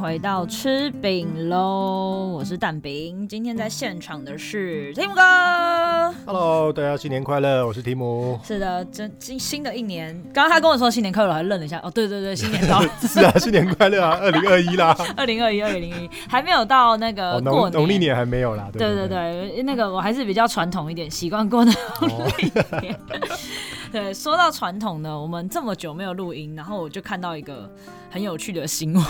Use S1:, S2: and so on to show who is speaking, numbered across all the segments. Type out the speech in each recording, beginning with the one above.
S1: 回到吃饼喽，我是蛋饼。今天在现场的是 Tim 哥。
S2: Hello，大家新年快乐，我是提姆。
S1: 是的，这新新的一年，刚刚他跟我说新年快乐，我还愣了一下。哦，对对对，新年到
S2: 是啊，新年快乐啊，二零二一啦，
S1: 二零二一、二零一，还没有到那
S2: 哦
S1: 个呃过
S2: 农农历
S1: 年。
S2: 年还没有啦，对
S1: 对
S2: 对
S1: 对对，那个我还是比较传统一点，习惯过的。
S2: 哦
S1: 对，说到传统呢，我们这么久没有录音，然后我就看到一个很有趣的新闻，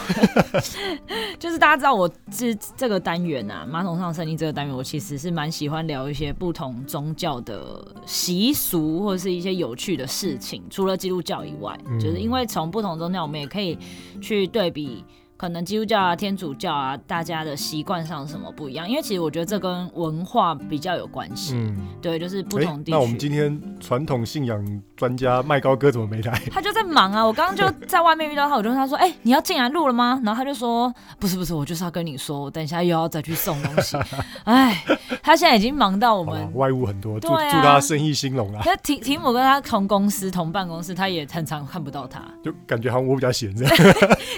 S1: 就是大家知道我这这个单元啊，马桶上圣经这个单元，我其实是蛮喜欢聊一些不同宗教的习俗或者是一些有趣的事情，除了基督教以外，
S2: 嗯
S1: 就是因为从不同宗教，我们也可以去对比。可能基督教啊、天主教啊，大家的习惯上有什么不一样？因为其实我觉得这跟文化比较有关系，
S2: 嗯，
S1: 对，就是不
S2: 诶
S1: 同地区。
S2: 那我们今天传统信仰专家麦高哥怎么没来？
S1: 他就在忙啊，我刚刚就在外面遇到他，我就问他说：“哎、你要进来录了吗？”然后他就说：“不是不是，我就是要跟你说，我等一下又要再去送东 西。”哎，他现在已经忙到我
S2: 好吧
S1: 们，。
S2: 外务很多，祝
S1: 对啊
S2: 祝他生意兴隆啦，啊
S1: 那提提姆跟他同公司、同办公室，他也很常看不到他，
S2: 就感觉好像我比较闲这样。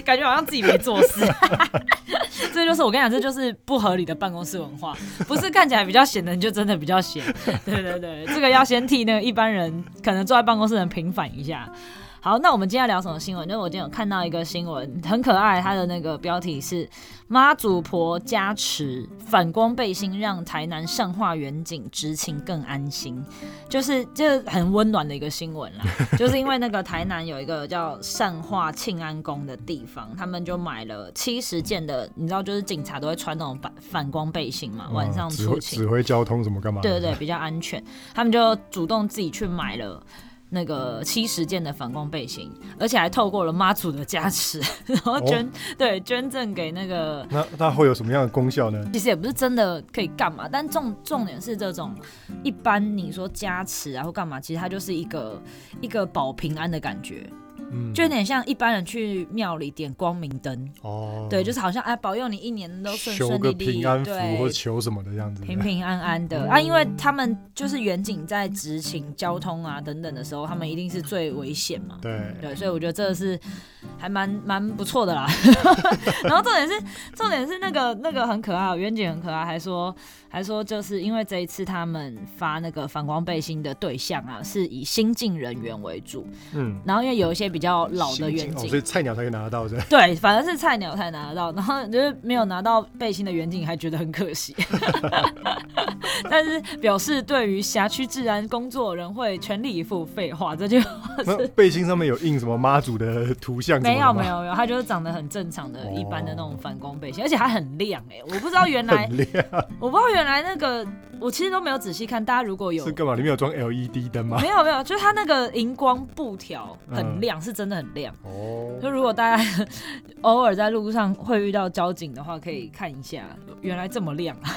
S1: 感觉好像自己没做事。 这就是我跟你讲，这就是不合理的办公室文化，不是看起来比较闲的人就真的比较闲。对对对，这个要先替那个一般人可能坐在办公室的人平反一下。好，那我们今天要聊什么新闻？就是我今天有看到一个新闻，很可爱，它的那个标题是“妈祖婆加持反光背心让台南上化远景执勤更安心”，就是这很温暖的一个新闻 啦。就是因为那个台南有一个叫善化庆安宫的地方，他们就买了七十件的，你知道，就是警察都会穿那种反反光背心嘛， 晚上
S2: 嗯指
S1: 出
S2: 挥
S1: 勤。
S2: 指挥交通什么干嘛？
S1: 对对对，比较安全。他们就主动自己去买了那个七十件的反光背心，而且还透过了妈祖的加持，然后捐、
S2: 哦
S1: 对捐赠给那个。
S2: 那那会有什么样的功效呢？
S1: 其实也不是真的可以干嘛，但重重点是这种一般你说加持啊或干嘛，其实它就是一个一个保平安的感觉，
S2: 嗯，
S1: 就有点像一般人去庙里点光明灯，
S2: 哦，
S1: 对，就是好像哎保佑你一年都顺
S2: 求
S1: 顺
S2: 个
S1: 利利，
S2: 平安符
S1: 对
S2: 或求什么的样子。
S1: 平平安安的
S2: 嗯
S1: 啊，因为他们就是远景在执勤、交通啊等等的时候，他们一定是最危险嘛。
S2: 对，
S1: 对，所以我觉得这是还蛮蛮不错的啦。然后重点是，重点是那个那个很可爱，远景很可爱，还说还说就是因为这一次他们发那个反光背心的对象啊，是以新进人员为主，
S2: 嗯，
S1: 然后因为有一些比较老的
S2: 心
S1: 远
S2: 境哦
S1: 景
S2: 所，以菜鸟才可以拿得到，是吧
S1: 对，反而是菜鸟才拿得到，然后就是没有拿到背心的远景，还觉得很可 惜。但是表示对于辖区治安工作人会全力以赴。废话，这就
S2: 那背心上面有印什么妈祖的图像什么
S1: 没
S2: 的
S1: 有
S2: 吗？
S1: 没有没有，它就是长得很正常的、
S2: 哦
S1: 一般的那种反光背心，而且还很亮哎、我不知道原 来
S2: 很亮，
S1: 我不知道原来那个我其实都没有仔细看，大家如果有
S2: 是干嘛？里面有装 LED 灯吗？
S1: 没有没有，就是它那个荧光布条很
S2: 嗯
S1: 亮，是真的很亮。就
S2: 哦，
S1: 如果大家 偶尔在路上会遇到交警的话，可以看一下，原来这么亮 啊，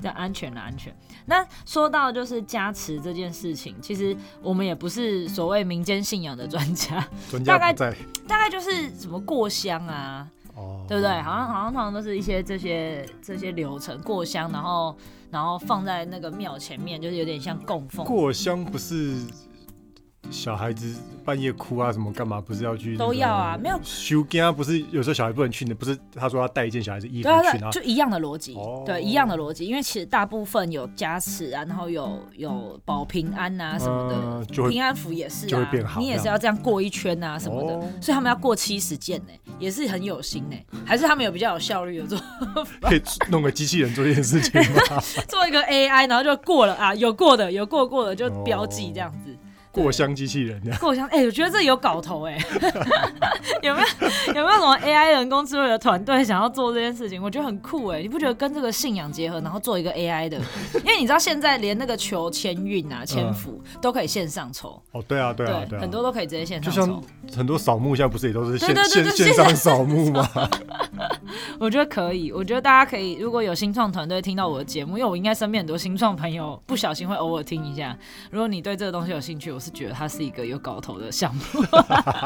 S1: 这样安全啦，啊安全。那说到就是加持这件事情，其实我们也不是所谓民间信仰的专家，
S2: 专
S1: 大概
S2: 家不在
S1: 大概就是什么过香啊，
S2: 哦，
S1: 对不对？好像好像通常都是一些这些这些流程过香，然后然后放在那个庙前面，就是有点像供奉。
S2: 过香不是小孩子半夜哭啊什么干嘛？不是要去那个
S1: 都要啊没有
S2: 修家不是有时候小孩不能去，不是他说要带一件小孩子衣服
S1: 对啊，
S2: 去，
S1: 对
S2: 然
S1: 啊，
S2: 后
S1: 就一样的逻辑，
S2: 哦
S1: 对，一样的逻辑，因为其实大部分有加持啊，然后有有保平安啊什么的，
S2: 嗯就会
S1: 平安符也是
S2: 就会
S1: 啊
S2: 变，好
S1: 你也是
S2: 这样
S1: 要这样过一圈啊什么的，
S2: 哦
S1: 所以他们要过七十件呢、也是很有心呢、还是他们有比较有效率的做
S2: 可以弄个机器人做这件事情吗？
S1: 做一个 AI，然后就过了啊，有过的有过过的就
S2: 哦
S1: 标记这样子。对
S2: 过香机器人这样。
S1: 过香，哎、我觉得这有搞头哎、 有没有有没有什么 AI 人工智慧的团队想要做这件事情？我觉得很酷哎、你不觉得跟这个信仰结合，然后做一个 AI 的？因为你知道现在连那个球签运啊、签符、都可以线上抽，
S2: 哦，对嗯啊，对啊，对啊，
S1: 很多都可以直接线
S2: 就
S1: 上
S2: 像
S1: 抽，
S2: 很多扫墓现在不是也都是
S1: 对
S2: 线
S1: 对对
S2: 线
S1: 对
S2: 线上扫墓吗？
S1: 我觉得可以。我觉得大家可以，如果有新创团队听到我的节目，因为我应该身边很多新创朋友不小心会偶尔听一下。如果你对这个东西有兴趣，我是觉得它是一个有搞头的项目。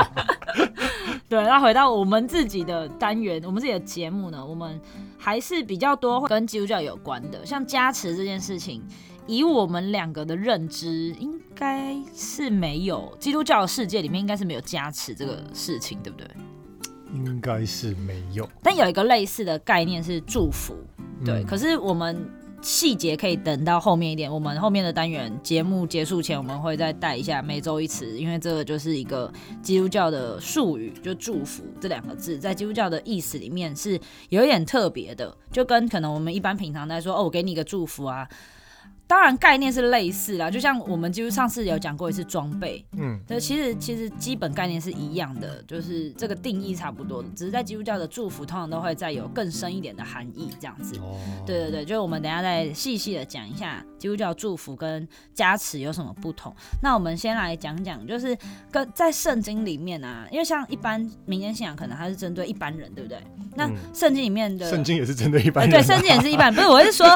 S1: 对，那回到我们自己的单元，我们自己的节目呢，我们还是比较多会跟基督教有关的，像加持这件事情，以我们两个的认知，应该是没有基督教的世界里面应该是没有加持这个事情，对不对？
S2: 应该是没有。
S1: 但有一个类似的概念是祝福，对。可是我们细节可以等到后面一点，我们后面的单元节目结束前，我们会再带一下每周一词，因为这个就是一个基督教的术语，就祝福这两个字，在基督教的意思里面是有一点特别的，就跟可能我们一般平常在说哦，我给你一个祝福啊。当然，概念是类似啦，就像我们就是上次有讲过一次装备，
S2: 嗯，
S1: 对，其实其实基本概念是一样的，就是这个定义差不多的，只是在基督教的祝福通常都会再有更深一点的含义这样子。
S2: 哦，
S1: 对对对，就是我们等一下再细细的讲一下基督教祝福跟加持有什么不同。那我们先来讲讲，就是跟在圣经里面啊，因为像一般民间信仰可能它是针对一般人，对不对？那
S2: 嗯
S1: 圣经里面的
S2: 圣经也是针对一般
S1: 呃，
S2: 人、
S1: 对，
S2: 啊
S1: 圣经也是一般，不是，我是说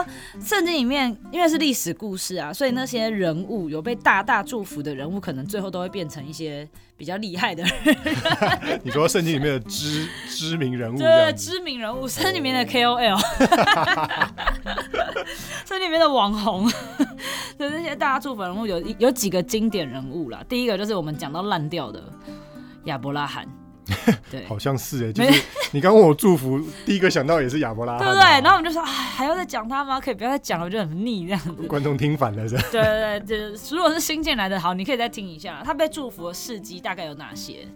S1: 圣经里面，因为是历史故事啊，所以那些人物有被大大祝福的人物，可能最后都会变成一些比较厉害的人，
S2: 你说圣经里面的知知名人物，这
S1: 对，
S2: 样子
S1: 知名人物，圣经里面的 KOL，圣经里面的网红，对那些大大祝福人物有有几个经典人物啦。第一个就是我们讲到烂掉的亚伯拉 罕，对，
S2: 好像是哎、就是 你刚问我祝福，第一个想到也是亚伯拉
S1: 对
S2: 罕啊，
S1: 不对？然后我们就说，哎，还要再讲他吗？可以不要再讲了，我觉得很腻这样子。
S2: 观众听反了是吧？
S1: 对对对，对如果是新进来的，好，你可以再听一下，他被祝福的事迹大概有哪些？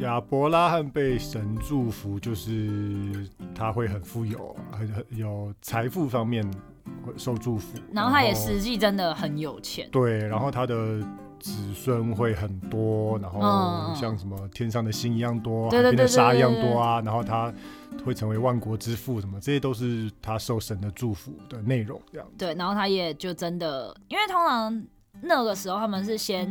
S2: 亚伯拉罕被神祝福，就是他会很富有，很很有财富方面会受祝福，
S1: 然后他也实际真的很有钱，
S2: 对，然后他的子孙会很多，然
S1: 嗯
S2: 后
S1: 嗯
S2: 像什么天上的星一样多，
S1: 对
S2: 海
S1: 对
S2: 边的
S1: 对对
S2: 沙一
S1: 对
S2: 样
S1: 对
S2: 多啊，然后他会成为万国之父，什么这些都是他受神的祝福的内容，这样。
S1: 对，然后他也就真的，因为通常那个时候他们是先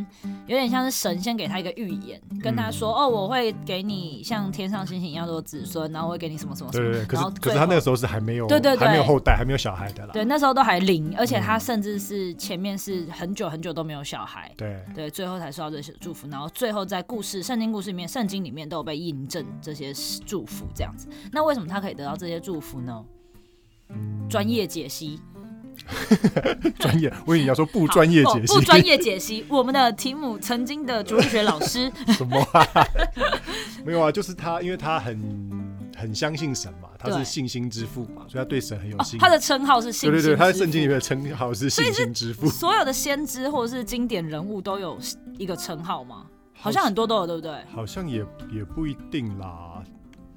S1: 有点像是神先给他一个预言，跟他说、哦，我会给你像天上星星一样多的子孙，然后我会给你什么什么哦什
S2: 对
S1: 么，
S2: 对对，可
S1: 然后
S2: 是可
S1: 最
S2: 是他
S1: 后
S2: 那个时候是还没有，
S1: 对对对
S2: 还没有后代，还没有小孩的啦。
S1: 对，那时候都还零，而且他甚至是前面是很久很久都没有小孩，
S2: 对
S1: 对，最后才收到这些祝福，然后最后在故事、圣经故事里面、圣经里面都有被印证这些祝福，这样子。那为什么他可以得到这些祝福呢？专业解析，
S2: 专业，我以为你要说不专业
S1: 好哦
S2: 解析，
S1: 不不专业解析。我们的题目曾经的主日学老 师，
S2: 什么、啊？没有啊，就是他，因为他很很相信神嘛，他
S1: 对
S2: 是信心之父嘛，所以他对神很有
S1: 哦
S2: 信心。
S1: 他的称号是信
S2: 对对对，
S1: 心
S2: 他在
S1: 之
S2: 圣经
S1: 父
S2: 里面的称号是信心之父，
S1: 所有的先知或者是经典人物都有一个称号吗？好像
S2: 好
S1: 很多都有，对不对？
S2: 好像也也不一定啦。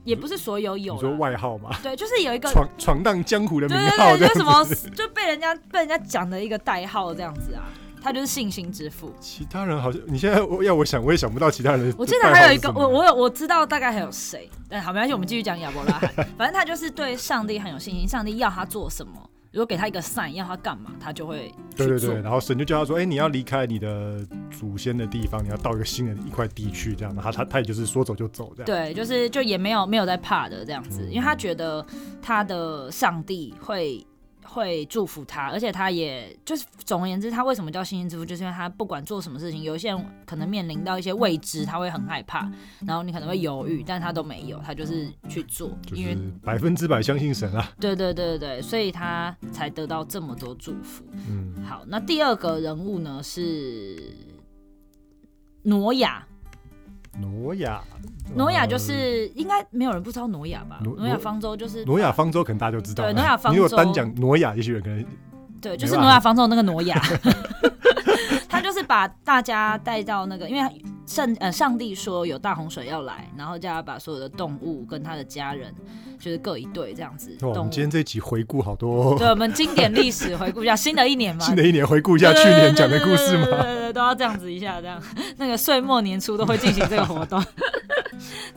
S1: 也不是所有有
S2: 你说
S1: 啦，
S2: 外号嘛，
S1: 对，就是有一个
S2: 闯闯荡江湖的名
S1: 对
S2: 号
S1: 对对，
S2: 这样
S1: 就
S2: 子
S1: 什么就被人家被人家讲的一个代号这样子啊，他就是信心之父。
S2: 其他人好像你现在我要我想我也想不到其他人的代号
S1: 我
S2: 是
S1: 记
S2: 什么。
S1: 得还有一个，我我有我知道大概还有谁，但好没关系，我们继续讲亚伯拉 罕。反正他就是对上帝很有信心，上帝要他做什么，如果给他一个 sign 要他干嘛，他就会去做。
S2: 对对对，然后神就叫他说：“哎、你要离开你的祖先的地方，你要到一个新的一块地区，这样。”然后他他他也就是说走就走这样。嗯
S1: 对，就是就也没有没有在怕的这样子，因为他觉得他的上帝会会祝福他，而且他也就是总而言之，他为什么叫星星之父，就是因为他不管做什么事情，有一些人可能面临到一些未知，他会很害怕，然后你可能会犹豫，但他都没有，他就是去做，
S2: 就
S1: 因为
S2: 是百分之百相信神啊，
S1: 对对对对对，所以他才得到这么多祝福。
S2: 嗯，
S1: 好，那第二个人物呢是挪亚。
S2: 挪亚，
S1: 挪亚就
S2: 呃
S1: 是应该没有人不知道挪亚吧？
S2: 挪
S1: 挪亚
S2: 挪
S1: 方舟就是
S2: 呃挪亚方舟，可能大家就知道了。
S1: 对挪亚方舟
S2: 你如果单讲挪亚，也许有可能
S1: 对，
S2: 没
S1: 就是
S2: 办
S1: 挪
S2: 法
S1: 亚方舟那个挪亚， 他就是把大家带到那个，因为圣呃上帝说有大洪水要来，然后叫他把所有的动物跟他的家人就是各一队这样子。
S2: 哇哦我
S1: 动物
S2: 们今天这一集回顾好多
S1: 对我们经典历史回顾一下新的一年嘛，
S2: 新的一年回顾一下去年讲的故事
S1: 对对对对对
S2: 嘛。
S1: 对对对，都要这样子一下，这样那个岁末年初都会进行这个活动。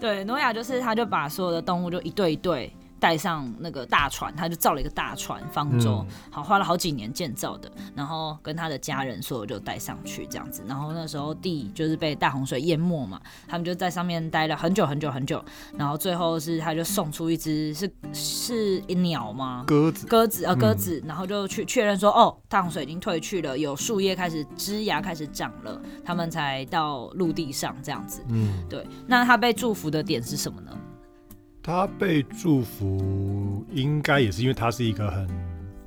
S1: 对，诺亚就是他就把所有的动物就一对一对带上那个大船，他就造了一个大船方舟，好花了好几年建造的，然后跟他的家人所有就带上去这样子，然后那时候地就是被大洪水淹没嘛，他们就在上面待了很久很久很久，然后最后是他就送出一只是是鸟吗？
S2: 鸽子，
S1: 鸽子呃鸽
S2: 嗯
S1: 子，然后就去确认说，哦，大洪水已经退去了，有树叶开始枝芽开始长了，他们才到陆地上这样子。
S2: 嗯，
S1: 对，那他被祝福的点是什么呢？
S2: 他被祝福，应该也是因为他是一个很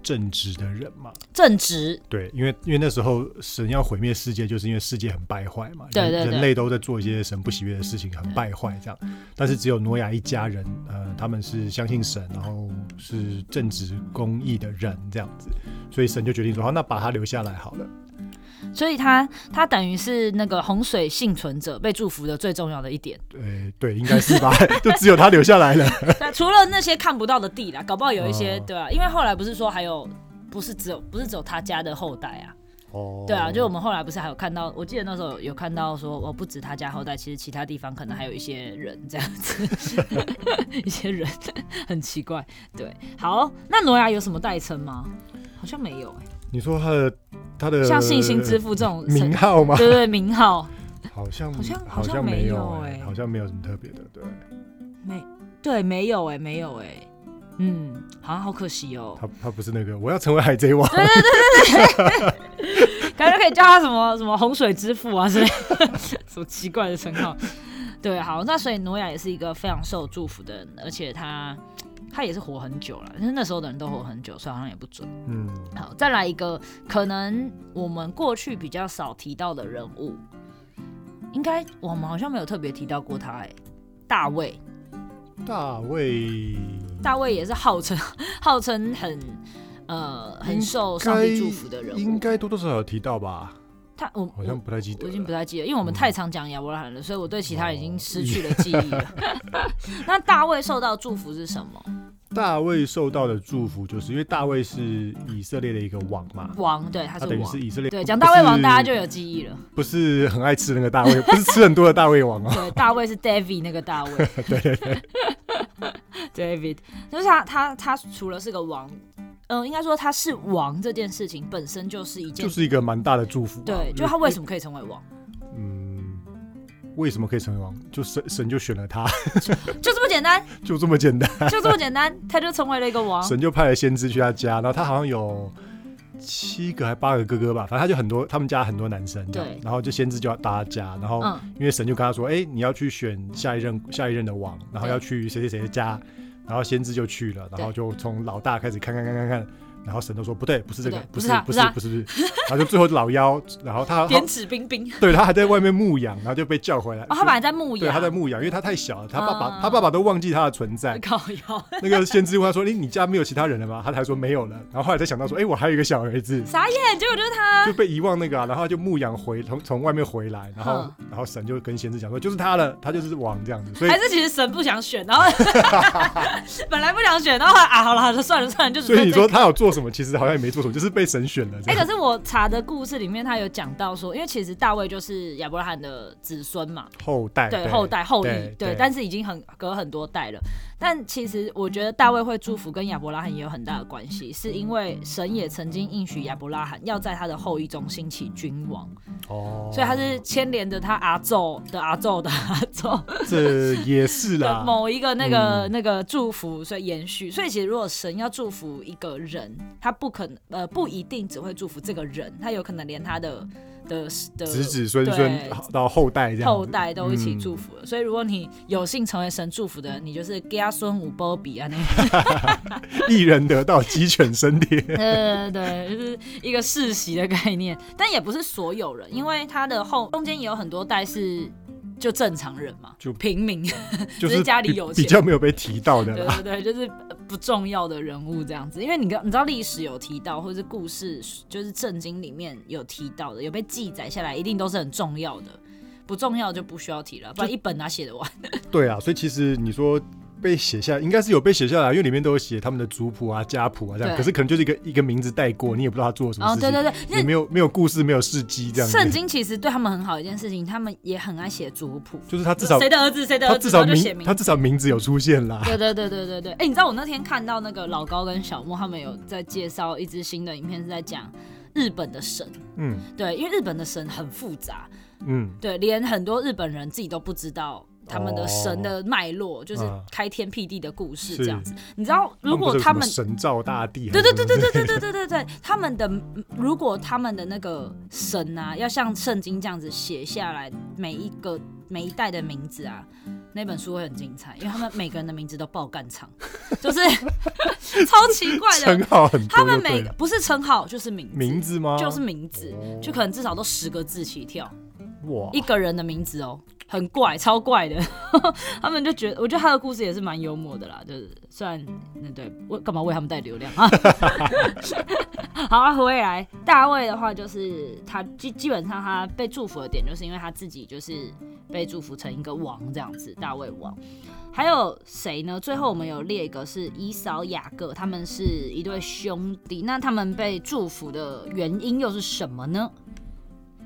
S2: 正直的人嘛。
S1: 正直，
S2: 对，因为因为那时候神要毁灭世界，就是因为世界很败坏嘛，
S1: 对对嗯
S2: 人
S1: 对
S2: 人类都在做一些神不喜悦的事情，很败坏这样。但是只有挪亚一家人，呃，他们是相信神，然后是正直公义的人这样子，所以神就决定说，好，那把他留下来好了。
S1: 所以他他等于是那个洪水幸存者被祝福的最重要的一 点。
S2: 呃，对，应该 是吧，就只有他留下来了。
S1: 那除了那些看不到的地啦，搞不好有一些、
S2: 哦
S1: 对啊，因为后来不是说还有不是只有不是只有他家的后代啊，
S2: 哦，
S1: 对啊，就我们后来不是还有看到，我记得那时候有有看到说，哦，不止他家后代，其实其他地方可能还有一些人这样子， 一些人很奇怪。对，好，那挪亚有什么代称吗？好像没有、欸，
S2: 你说他的他的
S1: 像信心之父这种神
S2: 呃名号吗？
S1: 对对名号
S2: 好像
S1: 好像
S2: 好
S1: 好像没
S2: 没
S1: 有
S2: 哎、
S1: 欸
S2: 好像没有什么特别的，对，
S1: 没对没有哎、没有哎、嗯，好像好可惜哦、
S2: 他他不是那个我要成为海 贼王，
S1: 感觉可以叫他什么 什么洪水之父啊之类 的，什么奇怪的称号。对，好，那所以挪亚也是一个非常受祝福的人，而且他他也是活很久了，但是那时候的人都活很久，所以好像也不准。
S2: 嗯，
S1: 好，再来一个可能我们过去比较少提到的人物，应该我们好像没有特别提到过他、哎，大卫，
S2: 大卫
S1: 大卫也是号称号称很呃很受上帝祝福的人
S2: 应
S1: 物，
S2: 该多多少少有提到吧，
S1: 他我
S2: 好
S1: 我
S2: 像不太记得
S1: 我
S2: 了，
S1: 已经不太记得，因为我们
S2: 嗯哦
S1: 太常讲亚伯拉罕了，所以我对其他已经失去了记忆了。 那大卫受到祝福是什么？
S2: 大卫受到的祝福，就是因为大卫是以色列的一个王嘛。
S1: 王，对，他
S2: 他
S1: 是
S2: 等于
S1: 王
S2: 是。以色列，
S1: 对，讲大胃王，
S2: 不是
S1: 大家就有记忆了。
S2: 不是很爱吃那个大卫， 不是吃很多的大胃 王哦。
S1: 对，大卫是 David 那个大 卫。对 David，就是 他，他，他除了是个王，嗯、应该说他是王这件事情本身就是一件，
S2: 就是一个蛮大的祝福啊。
S1: 对，就他为什么可以成为王，
S2: 嗯，为什么可以成为王？就神神就选了他，
S1: 就这么简单，
S2: 就这么简单。
S1: 就这么简单，他就成为了一个王。
S2: 神就派了先知去他家，然后他好像有七个还八个哥哥吧，反正他就很多，他们家很多男生这样
S1: 对。
S2: 然后就先知就要到他家，然后
S1: 嗯，
S2: 因为神就跟他说：“哎、你要去选下一任下一任的王，然后
S1: 对
S2: 要去谁谁谁的家。”然后先知就去了，然后就从老大开始看看看看看，然后神都说：“不对，不是这个，
S1: 不
S2: 不
S1: 对
S2: 是
S1: 不
S2: 不
S1: 是
S2: 是
S1: 他
S2: 不是不是。”然后就最后老妖，然后 他
S1: 点指兵兵。
S2: 对他还在外面牧羊，然后就被叫回来。
S1: 哦，他本来在牧
S2: 哦对，
S1: 羊，
S2: 他在牧羊，因为他太小了，他爸
S1: 嗯
S2: 爸、他爸爸都忘记他的存在。
S1: 搞腰，
S2: 那个先知问他说：“哎、你家没有其他人了吗？”他才说没有了。然后后来才想到说：“哎、我还有一个小儿子，
S1: 傻眼，结果就是他。
S2: 就被遗忘那个啊。”然后他就牧羊回从从外面回来，然后、
S1: 嗯
S2: 然后神就跟先知讲说：“就是他了，他就是王这样子。”所以
S1: 还是其实神不想选，然后 本来不想选，然后后来啊，好了好了，算了算了，就只
S2: 所以
S1: 剩
S2: 你
S1: 这
S2: 说
S1: 个。
S2: 他有做什么？其实好像也没做什么，就是被神选了这
S1: 哎、
S2: 样。
S1: 可是我查的故事里面，他有讲到说，因为其实大卫就是亚伯拉罕的子孙嘛，
S2: 后代
S1: 对后代后裔，
S2: 哎对
S1: 对，
S2: 对
S1: 但是已经很隔很多代了。但其实我觉得大卫会祝福跟亚伯拉罕也有很大的关系，是因为神也曾经应许亚伯拉罕要在他的后裔中兴起君王，
S2: 哦，
S1: 所以他是牵连着他阿宙的阿宙的阿宙。
S2: 这也是
S1: 的
S2: 啦。
S1: 某一个那个、
S2: 嗯
S1: 那个祝福，所以延续。所以其实如果神要祝福一个人，他不可能呃不一定只会祝福这个人，他有可能连他的的的
S2: 子子孙
S1: 对
S2: 孙到后代这样子，
S1: 后代都一起祝
S2: 嗯
S1: 福了。所以如果你有幸成为神祝福的人，你就是给他孙五波比啊，那个
S2: 一人得道，鸡犬升天。
S1: 对对对，就是一个世袭的概念。但也不是所有人，因为他的后中间也有很多代是就正常人嘛，
S2: 就
S1: 平民。
S2: 就
S1: 只是
S2: 是
S1: 家里
S2: 比
S1: 有钱
S2: 比较没有被提到的
S1: 对
S2: 啦。
S1: 对对，就是呃不重要的人物这样子，因为你跟你知道历史有提到，或者是故事就是圣经里面有提到的，有被记载下来，一定都是很重要的，不重要就不需要提了，不然一本哪写得完？
S2: 对啊，所以其实你说被写下，应该是有被写下来，因为里面都有写他们的族谱啊、家谱啊这样。
S1: 对
S2: 可是可能就是一个一个名字带过，你也不知道他做了什么
S1: 哦，
S2: 事情，
S1: 对对对，因
S2: 也
S1: 为
S2: 没有没有故事，没有事迹这样子。
S1: 圣经其实对他们很好一件事情，他们也很爱写族谱，
S2: 就是他至少
S1: 谁的儿子谁的
S2: 他
S1: 儿子，
S2: 至少
S1: 然后就写
S2: 名
S1: 名
S2: 他。至少名字有出现啦。
S1: 对对对对对对，哎、你知道我那天看到那个老高跟小莫他们有在介绍一支新的影片，是在讲日本的神，
S2: 嗯
S1: 对，因为日本的神很复杂，
S2: 嗯，
S1: 对，连很多日本人自己都不知道他们
S2: 哦
S1: 的神的脉络，就是开天辟地的故事这样子。你知道，如果他
S2: 嗯他
S1: 们
S2: 不是有什么神照大地，
S1: 对对对对
S2: 还是什
S1: 对
S2: 么
S1: 对对对对对，他们的如果他们的那个神啊，要像圣经这样子写下来每一个每一代的名字啊，那本书会很精彩，因为他们每个人的名字都爆干长，就是 超奇怪的。
S2: 称号很多
S1: 他们
S2: 就对
S1: 每个
S2: 了
S1: 不是称号就是名字，
S2: 名字哦吗？
S1: 就是名字，就可能至少都十个字起跳，
S2: 哇，
S1: 一个人的名字哦，很怪，超怪的。 他们就觉得，我觉得他的故事也是蛮幽默的啦，就是虽然嗯对，为干嘛为他们带流量啊？ 好啊，回来大卫的话，就是他基基本上他被祝福的点，就是因为他自己就是被祝福成一个王这样子，大卫王。还有谁呢？最后我们有列一个是以扫雅各，他们是一对兄弟。那他们被祝福的原因又是什么呢？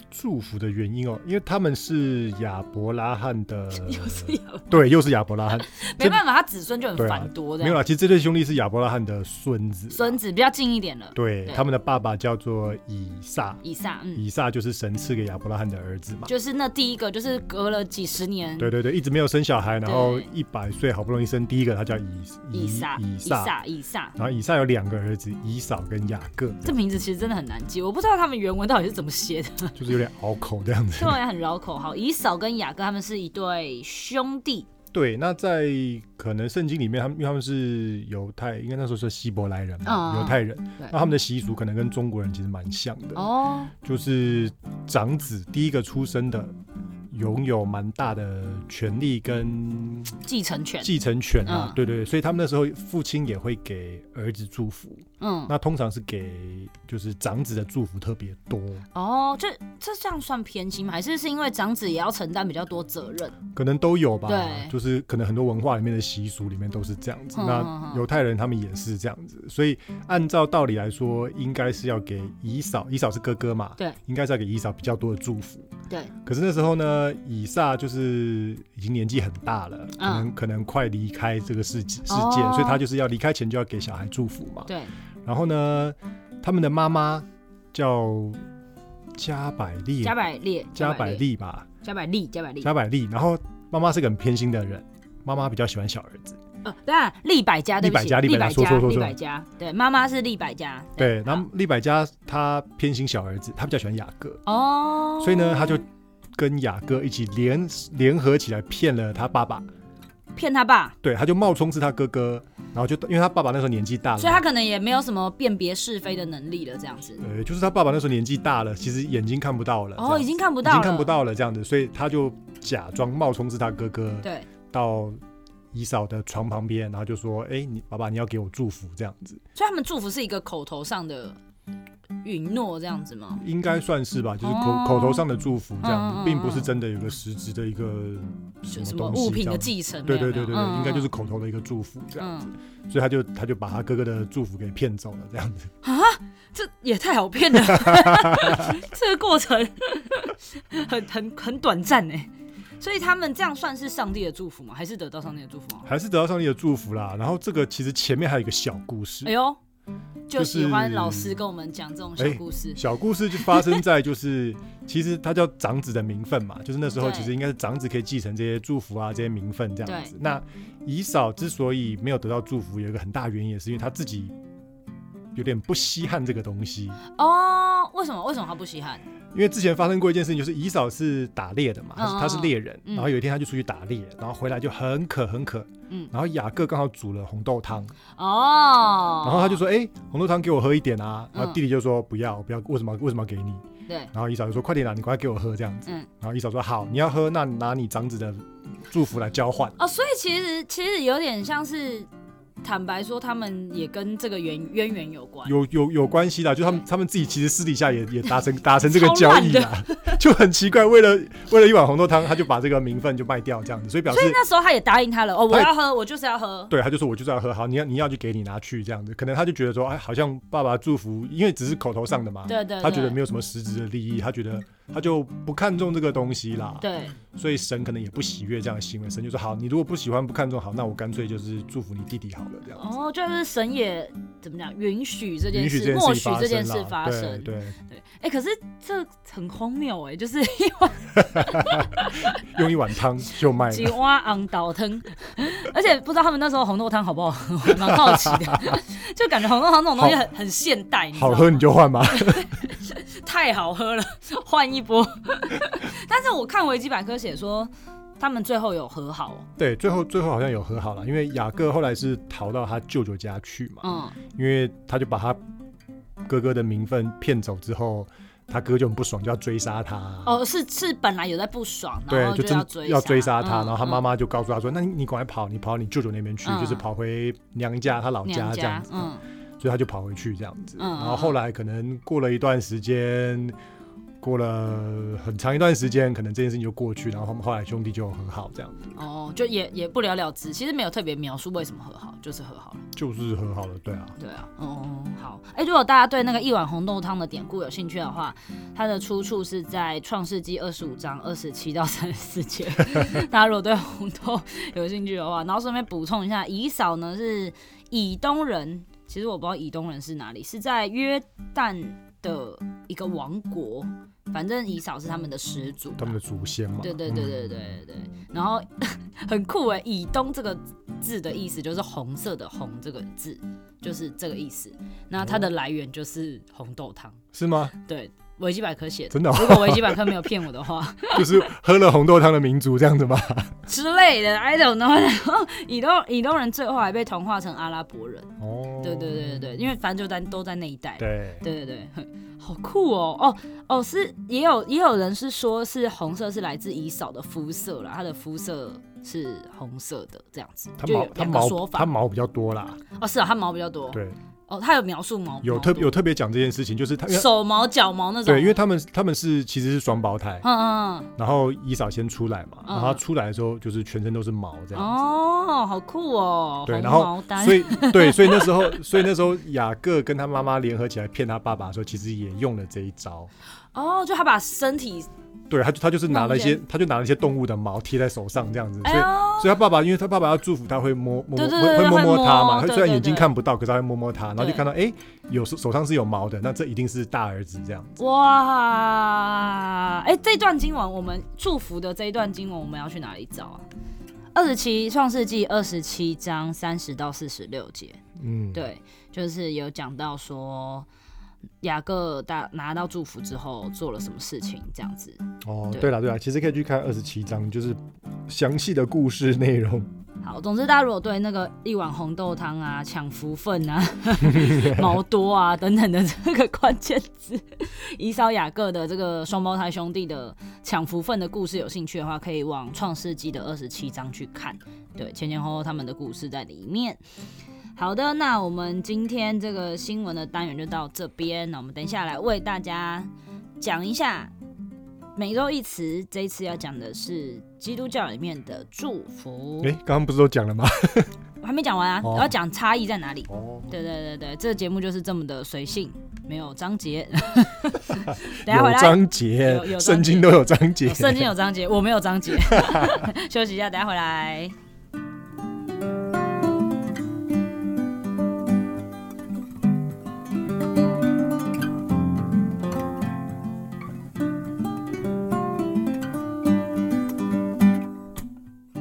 S2: 祝福的原因哦，因为他们是亚伯拉罕的，
S1: 又是雅
S2: 对，又是亚伯 拉罕，
S1: 没办法，他子孙就很
S2: 对啊
S1: 繁多这
S2: 没有
S1: 样。
S2: 啦，其实这对兄弟是亚伯拉罕的孙子，
S1: 孙子比较近一点了，
S2: 对
S1: 对
S2: 他们的爸爸叫做以撒，
S1: 以撒，嗯，
S2: 以撒就是神赐给亚伯拉罕的儿子嘛。
S1: 就是那第一个，就是隔了几十年，
S2: 对对对，一直没有生小孩，然后
S1: 嗯对
S2: 一百岁好不容易生第一个，他叫以
S1: 以撒，
S2: 以
S1: 以
S2: 撒，
S1: 撒，以撒。
S2: 然后以撒有两个儿子，以扫跟雅各，
S1: 这名字其实真的很难记，我不知道他们原文到底是怎么写的，
S2: 就是有点拗口这样子
S1: 这。玩意很绕口。好，以扫跟雅各他们是一对兄弟，
S2: 对，那在可能圣经里面，他们因为他们是犹太，应该那时候是希伯来人嘛，
S1: 嗯嗯
S2: 犹太人，
S1: 对
S2: 那他们的习俗可能跟中国人其实蛮像的，
S1: 哦，
S2: 就是长子第一个出生的拥有蛮大的权利跟
S1: 继承权，
S2: 继承权啊，
S1: 嗯
S2: 对对对，所以他们那时候父亲也会给儿子祝福，
S1: 嗯，
S2: 那通常是给就是长子的祝福特别多，
S1: 哦，这这这样算偏心吗？还是是因为长子也要承担比较多责任？
S2: 可能都有吧，
S1: 对
S2: 就是可能很多文化里面的习俗里面都是这样子。
S1: 嗯嗯
S2: 那
S1: 嗯
S2: 犹太人他们也是这样子，所以按照道理来说，应该是要给以扫，以扫是哥哥嘛，
S1: 对，
S2: 应该是要给以扫比较多的祝福。
S1: 对，
S2: 可是那时候呢，以撒就是已经年纪很大了，可能可能快离开这个世界世界，
S1: 嗯哦
S2: 所以他就是要离开前就要给小孩祝福嘛。
S1: 对，
S2: 然后呢，他们的妈妈叫加百利，
S1: 加百列，
S2: 加百，利吧，
S1: 加百利，加百利，
S2: 加百利。然后妈妈是个很偏心的人，妈妈比较喜欢小儿子。
S1: 呃，对啊，利百家，对不
S2: 利
S1: 起，
S2: 百家利
S1: 利百
S2: 百家说说说
S1: 利
S2: 说
S1: 百家，对，妈妈是利百家，
S2: 对，然
S1: 好
S2: 后利百加她偏心小儿子，她比较喜欢雅各，
S1: 哦，
S2: 所以呢，她就跟雅各一起联联合起来骗了他爸爸。
S1: 骗他爸，
S2: 对，他就冒充是他哥哥，然后就因为他爸爸那时候年纪大了嘛，
S1: 所以他可能也没有什么辨别是非的能力了，这样子，
S2: 呃，就是他爸爸那时候年纪大了，其实眼睛看不到了，呃这
S1: 哦，
S2: 样
S1: 已经看不
S2: 已
S1: 到了，
S2: 经看不，到了这样子，所以他就假装冒充是他哥哥，
S1: 对，
S2: 到姨嫂的床旁边，然后就说：“哎、你爸爸你要给我祝福这样子，
S1: 所以他们祝福是一个口头上的允诺，这样子吗？
S2: 应该算是吧，就是口、
S1: 嗯哦
S2: 口头上的祝福这样
S1: 嗯嗯
S2: 子，
S1: 嗯
S2: 并不是真的有个实质的一个
S1: 就
S2: 什
S1: 什
S2: 么
S1: 么
S2: 东西
S1: 物品
S2: 这
S1: 的
S2: 样子。”
S1: 继承，
S2: 对
S1: 没有
S2: 对
S1: 没
S2: 对对，
S1: 有嗯
S2: 应该就是
S1: 嗯
S2: 口头的一个祝福这样子，
S1: 嗯，
S2: 所以他就他就把他哥哥的祝福给骗走了这样子。
S1: 这也太好骗了， 这个过程 很很很短暂哎，所以他们这样算是上帝的祝福吗？还是得到上帝的祝福啊吗？
S2: 还是得到上帝的祝福啦。然后这个其实前面还有一个小故事，
S1: 哎呦，
S2: 就哎
S1: 就是喜欢老师跟我们讲这种小故事。
S2: 小故事就发生在就是其实他叫长子的名分 嘛，就是那时候
S1: 对
S2: 其实应该是长子可以继承这些祝福啊这些名分这样子。那姨嫂之所以没有得到祝福，有一个很大原因也是因为她自己有点不稀罕这个 东西，
S1: 哦，为什么？为什么他不稀罕？
S2: 因为之前发生过一件事情，就是姨嫂是打猎的嘛，
S1: 嗯
S2: 她是她是猎人，
S1: 嗯
S2: 然后有一天她就出去打猎，然后回来就很渴很渴，
S1: 嗯
S2: 然后雅各刚好煮了红豆汤，
S1: 哦，
S2: 然后他就说：“哎、红豆汤给我喝一点啊。”然
S1: 嗯
S2: 后弟弟就说：“不要，不要，为什么为什么要给你
S1: 对？”，
S2: 然后姨嫂就说：“快点啦，你赶快给我喝这样子。
S1: 嗯，
S2: 然后姨嫂说：“好，你要喝，那拿你长子的祝福来交换。
S1: 哦，所以其实其实有点像是，坦白说，他们也跟这个渊渊源有关。
S2: 有”有有关系啦，就他们他们自己其实私底下 也也达成达成这个交易啦， 就很奇怪。为了为了一碗红豆汤，他就把这个名分就卖掉这样子，所以表示
S1: 所以那时候他也答应他了，哦，我
S2: 他也
S1: 要喝，我就是要喝。
S2: 对他就说我就是要喝，好，你要你要就给你拿去这样子。可能他就觉得说，哎，好像爸爸祝福，因为只是口头上的嘛，
S1: 嗯对对，
S2: 他觉得
S1: 对
S2: 没有什么实质的利益，他觉得他就不看重这个东西啦。
S1: 对，
S2: 所以神可能也不喜悦这样的行为，神就说好，你如果不喜欢不看重好，那我干脆就是祝福你弟弟好了，这样子。
S1: 哦，就是神也怎么讲，允许这件
S2: 允许
S1: 事，
S2: 这
S1: 默
S2: 件事
S1: 许
S2: 情
S1: 这件事
S2: 发
S1: 发
S2: 生啦
S1: 生。
S2: 对
S1: 对，哎，可是这很荒谬哎，就是
S2: 对，用一碗汤就卖
S1: 几
S2: 了，
S1: 碗昂倒汤，而且不知道他们那时候红豆汤好不好喝，我还蛮好奇的， 就感觉红豆汤这种东西很很现代，你知道
S2: 好
S1: 吗
S2: 喝你就换吧。
S1: 太好喝了，换一波。但是我看维基百科写说，他们最后有和好哦，
S2: 对，最后最后好像有和好了，因为雅各后来是逃到他舅舅家去嘛，
S1: 嗯，
S2: 因为他就把他哥哥的名分骗走之后，他哥就很不爽，就要追杀他。
S1: 哦，是是本来有在不爽，然
S2: 对，
S1: 后
S2: 就真
S1: 要
S2: 的
S1: 追
S2: 要追杀他，
S1: 嗯
S2: 然后他
S1: 嗯
S2: 妈妈就告诉他说：“那你你赶快跑，你跑你舅舅那边去，就是
S1: 嗯
S2: 跑回娘家，他老
S1: 娘
S2: 家这样
S1: 家，
S2: 子。”
S1: 嗯
S2: 所以他就跑回去这样子。
S1: 嗯
S2: 然后后来可能过了一段时间，过了很长一段时间，可能这件事情就过去，然后他们后来兄弟就和好，这样子
S1: 哦，就也也不了了之，其实没有特别描述为什么和好，就是和好了。
S2: 就是和好了，对啊。
S1: 对啊，哦、好，哎、如果大家对那个一碗红豆汤的典故有兴趣的话，它的出处是在《创世纪》二十五章二十七到三十四节。大家如果对红豆有兴趣的话，然后顺便补充一下，以扫呢是以东人，其实我不知道以东人是哪里，是在约旦的一个王国，反正以扫是他们的始祖啊，
S2: 他们的祖先嘛，
S1: 对对对对
S2: 嗯
S1: 对对，然后 很酷哎，以东这个字的意思就是红色的红这个字，就是这个意思。那它的来源就是红豆汤，
S2: 是吗？
S1: 对，维基百科写的。
S2: 真的哦、
S1: 如果维基百科没有骗我的 话
S2: 就是喝了红豆汤的民族这样子吗？
S1: 之类的，I don't know。然 后以东以东人最后还被同化成阿拉伯人，
S2: 哦，
S1: 对对对对对，因为反正就在都在那一带。
S2: 对
S1: 对对对，很好酷哦！哦哦，是也有也有人是说是红色是来自以扫的肤色啦，他的肤色是红色的这样子，
S2: 它
S1: 就有
S2: 毛它
S1: 两个
S2: 毛
S1: 说
S2: 它
S1: 法。
S2: 毛比较多啦，
S1: 哦，是啊，他毛比较多。啊
S2: 对，
S1: 哦，他有描述毛，
S2: 有
S1: 毛
S2: 特
S1: 多
S2: 有特别讲这件事情，就是他因为
S1: 手毛、脚毛那种。
S2: 对，因为他们他们是其实是双胞胎，
S1: 嗯嗯
S2: 然后姨嫂先出来嘛，
S1: 嗯
S2: 然后她出来的时候就是全身都是毛这
S1: 嗯，
S2: 样子。
S1: 哦，好酷哦！
S2: 对，
S1: 红
S2: 然
S1: 毛
S2: 后
S1: 丹
S2: 所以对，所以那时候，所以那时候雅各跟他妈妈联合起来骗他爸爸的时候，其实也用了这一招。
S1: 哦，就他把身体，
S2: 对，他就他就是拿了一些
S1: 弄，
S2: 他就拿了一些动物的毛贴在手上这样子，所
S1: 哎
S2: 以
S1: 呦，
S2: 所以他爸爸，因为他爸爸要祝福他，会摸摸
S1: 对对
S2: 会
S1: 对
S2: 会摸
S1: 会
S2: 摸他嘛。
S1: 摸
S2: 他
S1: 对
S2: 虽然
S1: 对
S2: 眼睛
S1: 对
S2: 看不到，可是他会摸摸他，然后就
S1: 对
S2: 看到哎，有手手上是有毛的，那这一定是大儿子这样。
S1: 哇！哎、这段经文我们祝福的这一段经文，我们要去哪里找啊？二十七创世纪二十七章三十到四十六节，
S2: 嗯，
S1: 对，就是有讲到说雅各大拿到祝福之后做了什么事情，这样子。
S2: 哦，
S1: 对
S2: 对了对了，其实可以去看二十七章，就是详细的故事内容。
S1: 好，总之大家如果对那个一碗红豆汤啊、抢福分啊、毛多啊等等的这个关键字， 伊烧雅各的这个双胞胎兄弟的抢福分的故事有兴趣的话，可以往《创世纪》的二十七章去看。对，前前后后他们的故事在里面。好的，那我们今天这个新闻的单元就到这边。那我们等一下来为大家讲一下每周一词，这一次要讲的是基督教里面的祝福。
S2: 哎，刚刚不是都讲了吗？
S1: 我还没讲完啊，
S2: 哦
S1: 我要讲差异在哪里。
S2: 哦，
S1: 对对对对，这个节目就是这么的随性，没有章节。 等一下回
S2: 有
S1: 来，
S2: 章节
S1: 有有，章
S2: 圣经都有章节
S1: 哦。圣经有章节，我没有章节。 休息一下，等一下回来。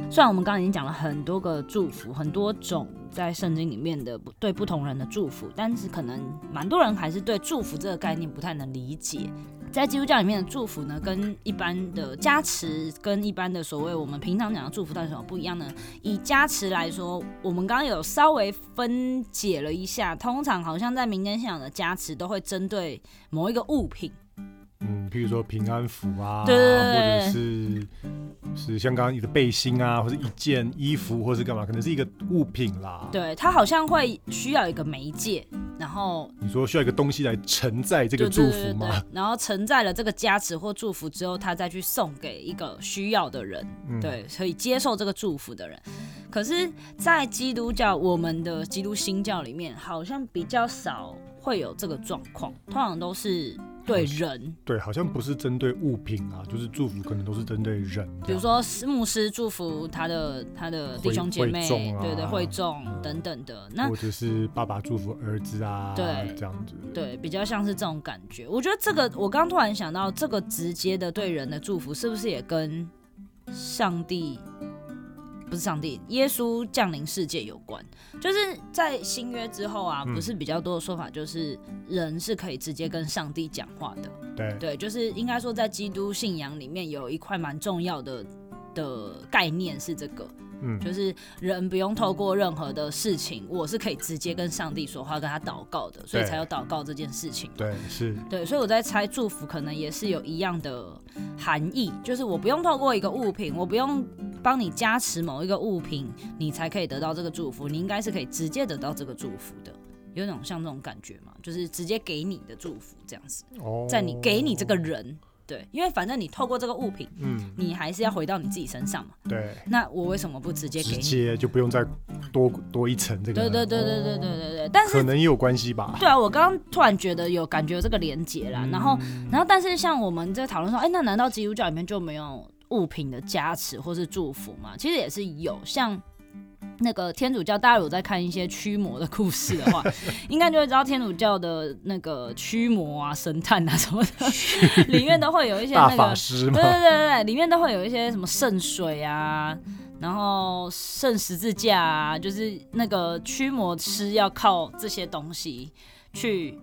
S1: 虽然我们刚刚已经讲了很多个祝福，很多种在圣经里面的不对不同人的祝福，但是可能蛮多人还是对祝福这个概念不太能理解。在基督教里面的祝福呢，跟一般的加持，跟一般的所谓我们平常讲的祝福到底有什么不一样呢？以加持来说，我们刚刚有稍微分解了一下，通常好像在民间信仰的加持都会针对某一个物品，
S2: 嗯，譬如说平安符啊，
S1: 对对
S2: 或
S1: 对
S2: 者是是像刚刚你的背心啊，或者一件衣服，或是干嘛，可能是一个物品啦。，
S1: 对，它好像会需要一个媒介，然后
S2: 你说需要一个东西来承载这
S1: 对
S2: 个
S1: 对
S2: 祝
S1: 对
S2: 福
S1: 对
S2: 吗？
S1: 对，然后承载了这个加持或祝福之后，他再去送给一个需要的人，
S2: 嗯，
S1: 对，可以接受这个祝福的人。可是，在基督教，我们的基督新教里面，好像比较少会有这个状况，通常都是对人，
S2: 对，好像不是针对物品啊，就是祝福可能都是针对人这样。
S1: 比如说牧师祝福他的他的弟
S2: 会
S1: 兄姐
S2: 会
S1: 妹，
S2: 众啊
S1: 对对，会众
S2: 嗯
S1: 等等的。那
S2: 或者是爸爸祝福儿子
S1: 啊
S2: 啊，
S1: 对
S2: 这样子。
S1: 对，比较像是这种感觉。我觉得这个，我刚突然想到，这个直接的对人的祝福，是不是也跟上帝不是上帝，耶稣降临世界有关？就是在新约之后啊，
S2: 嗯
S1: 不是比较多的说法，就是人是可以直接跟上帝讲话的。
S2: 对
S1: 对，就是应该说，在基督信仰里面有一块蛮重要的的概念是这个，
S2: 嗯
S1: 就是人不用透过任何的事情，我是可以直接跟上帝说话，跟他祷告的，所以
S2: 对
S1: 才有祷告这件事情。
S2: 对，是，
S1: 对，所以我在猜祝福可能也是有一样的含义，就是我不用透过一个物品，我不用帮你加持某一个物品，你才可以得到这个祝福，你应该是可以直接得到这个祝福的，有一种像这种感觉嘛，就是直接给你的祝福这样子，
S2: 哦，
S1: 在你给你这个，人，对，因为反正你透过这个物品，
S2: 嗯，
S1: 你还是要回到你自己身上嘛，
S2: 对，
S1: 那我为什么不直接给
S2: 直
S1: 你？
S2: 接就不用再多多一层这个，
S1: 对对对对对对对对，但
S2: 啊哦，
S1: 是
S2: 可能也有关系吧。
S1: 对啊，我刚刚突然觉得有感觉有这个连结啦，然后
S2: 嗯
S1: 然后但是像我们在讨论说，哎，那难道基督教里面就没有物品的加持或是祝福吗？其实也是有，像。那个天主教，大家有在看一些驱魔的故事的话， 应该就会知道天主教的那个驱魔啊、神探啊什么 的，里面都会有一些
S2: 大
S1: 那
S2: 法
S1: 个
S2: 师嘛
S1: 对，对对对对，里面都会有一些什么圣水啊，然后圣十字架啊，就是那个驱魔师要靠这些东西去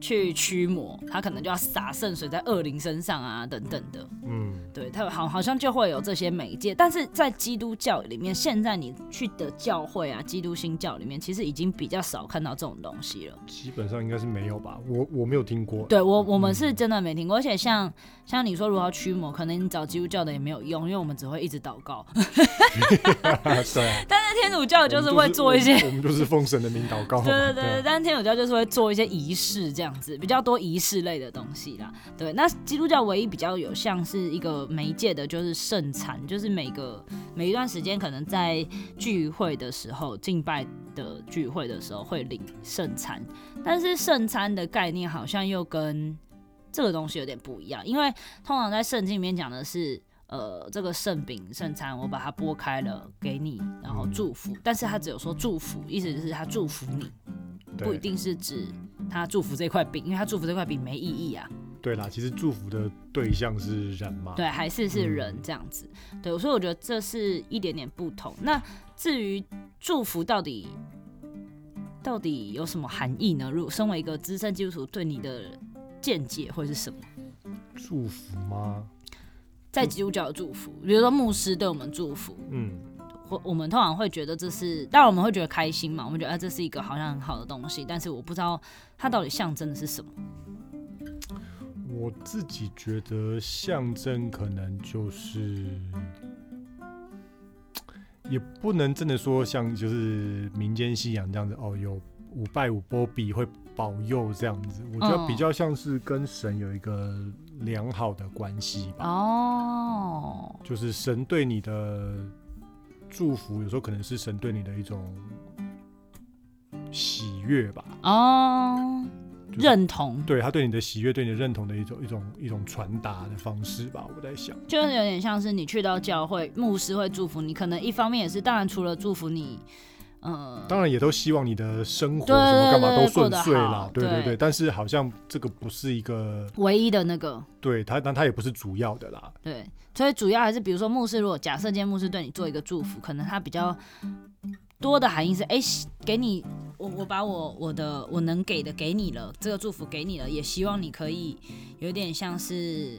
S1: 去驱魔，他可能就要洒圣水在恶灵身上啊，等等的。
S2: 嗯，
S1: 对，他好好像就会有这些媒介，但是在基督教里面，现在你去的教会啊，基督新教里面，其实已经比较少看到这种东西了。
S2: 基本上应该是没有吧，我我没有听过。
S1: 对我，我们是真的没听过，而且像像你说如何要驱魔，可能你找基督教的也没有用，因为我们只会一直祷告。
S2: 对 啊，
S1: 但是天主教就是会做一些，
S2: 我们就是，我们就是奉神的名祷告嘛。
S1: 对对对
S2: 对
S1: 对，
S2: 啊，
S1: 但是天主教就是会做一些仪式这样子，比较多仪式类的东西啦。对，那基督教唯一比较有像是一个媒介的，就是圣餐，就是每个每一段时间可能在聚会的时候、敬拜的聚会的时候会领圣餐，但是圣餐的概念好像又跟这个东西有点不一样，因为通常在圣经里面讲的是，呃，这个圣饼、圣餐，我把它剥开了给你，然后祝福，但是他只有说祝福，意思就是他祝福你，不一
S2: 对
S1: 定是指他祝福这块饼，因为他祝福这块饼没意义啊，
S2: 对啦，其实祝福的对象是人嘛。
S1: 对，还是是人这样子，对，所以我觉得这是一点点不同。那至于祝福到底到底有什么含义呢？如果身为一个资深基督徒，对你的见解会是什么？
S2: 祝福吗？
S1: 在基督教的祝福，比如说牧师对我们祝福，
S2: 嗯，
S1: 我我们通常会觉得这是，当然我们会觉得开心嘛，我们觉得、啊、这是一个好像很好的东西，但是我不知道它到底象征的是什么。
S2: 我自己觉得象征可能就是。也不能真的说像就是民间信仰这样子哦，有五拜五波比会保佑这样子，我觉得
S1: 嗯
S2: 比较像是跟神有一个良好的关系吧。
S1: 哦，
S2: 就是神对你的祝福，有时候可能是神对你的一种喜悦吧，
S1: 哦，
S2: 就是
S1: 认同，
S2: 对他对你的喜悦、对你的认同的一种一种一种传达的方式吧。我在想，
S1: 就是有点像是你去到教会，牧师会祝福你，可能一方面也是，当然除了祝福你，呃，
S2: 当然也都希望你的生活什
S1: 对
S2: 么干嘛
S1: 对对
S2: 都顺
S1: 过
S2: 遂
S1: 得
S2: 啦
S1: 好，
S2: 对
S1: 对
S2: 对。但是好像这个不是一个
S1: 唯一的那个
S2: 对他，但他也不是主要的啦。
S1: 对，所以主要还是比如说牧师，如果假设今天牧师对你做一个祝福，可能他比较多的含义是，哎、给你我我把我我的我能给的给你了，这个祝福给你了，也希望你可以有点像是。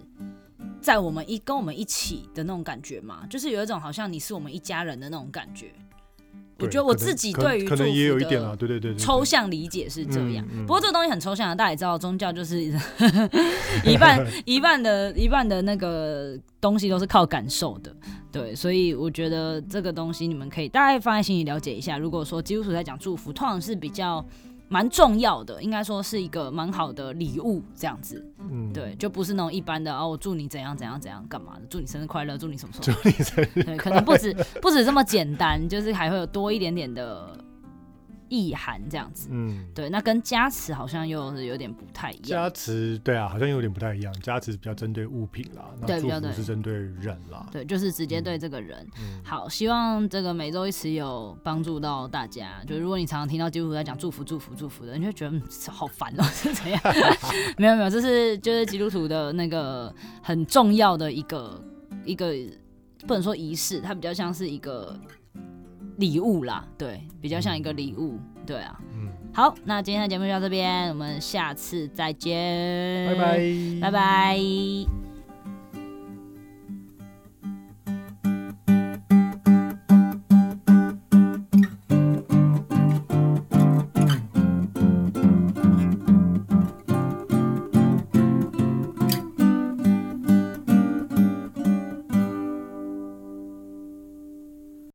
S1: 在我们一跟我们一起的那种感觉嘛，就是有一种好像你是我们一家人的那种感觉。我
S2: 对
S1: 觉得我
S2: 可能
S1: 自己
S2: 可能
S1: 对于
S2: 可能
S1: 祝
S2: 也
S1: 福
S2: 有一
S1: 的
S2: 点啊啦，对对对对，对
S1: 抽象理解是这样。
S2: 嗯嗯嗯
S1: 不过这个东西很抽象啊，大家也知道，宗教就是 一 半一半的一半的那个东西都是靠感受的，对，所以我觉得这个东西你们可以大概放在心里了解一下。如果说基督徒在讲祝福，通常是比较。蛮重要的，应该说是一个蛮好的礼物，这样子，
S2: 嗯，
S1: 对，就不是那种一般的哦，我祝你怎样怎样怎样干嘛的，祝你生日快乐，祝你什么什么，
S2: 祝你生日
S1: 对，可能不止不止这么简单，就是还会有多一点点的意涵这样子。
S2: 嗯。
S1: 对，那跟加持好像又是有点不太一样。
S2: 加持对啊，好像有点不太一样。加持比较针对物品啦，那
S1: 对
S2: 祝
S1: 比较
S2: 福
S1: 对
S2: 是针对人啦。
S1: 对，就是直接对这个人。
S2: 嗯，
S1: 好，希望这个每周一词有帮助到大家。就如果你常常听到基督徒在讲祝福、祝福、祝福的，你就觉得嗯好烦哦、是怎样？ 没有没有，这是就是基督徒的那个很重要的一个一个不能说仪式，它比较像是一个礼物啦，对，比较像一个礼物，对啊。
S2: 嗯，
S1: 好，那嗯今天的节目就到这边，我们下次再见，
S2: 拜拜，
S1: 拜拜。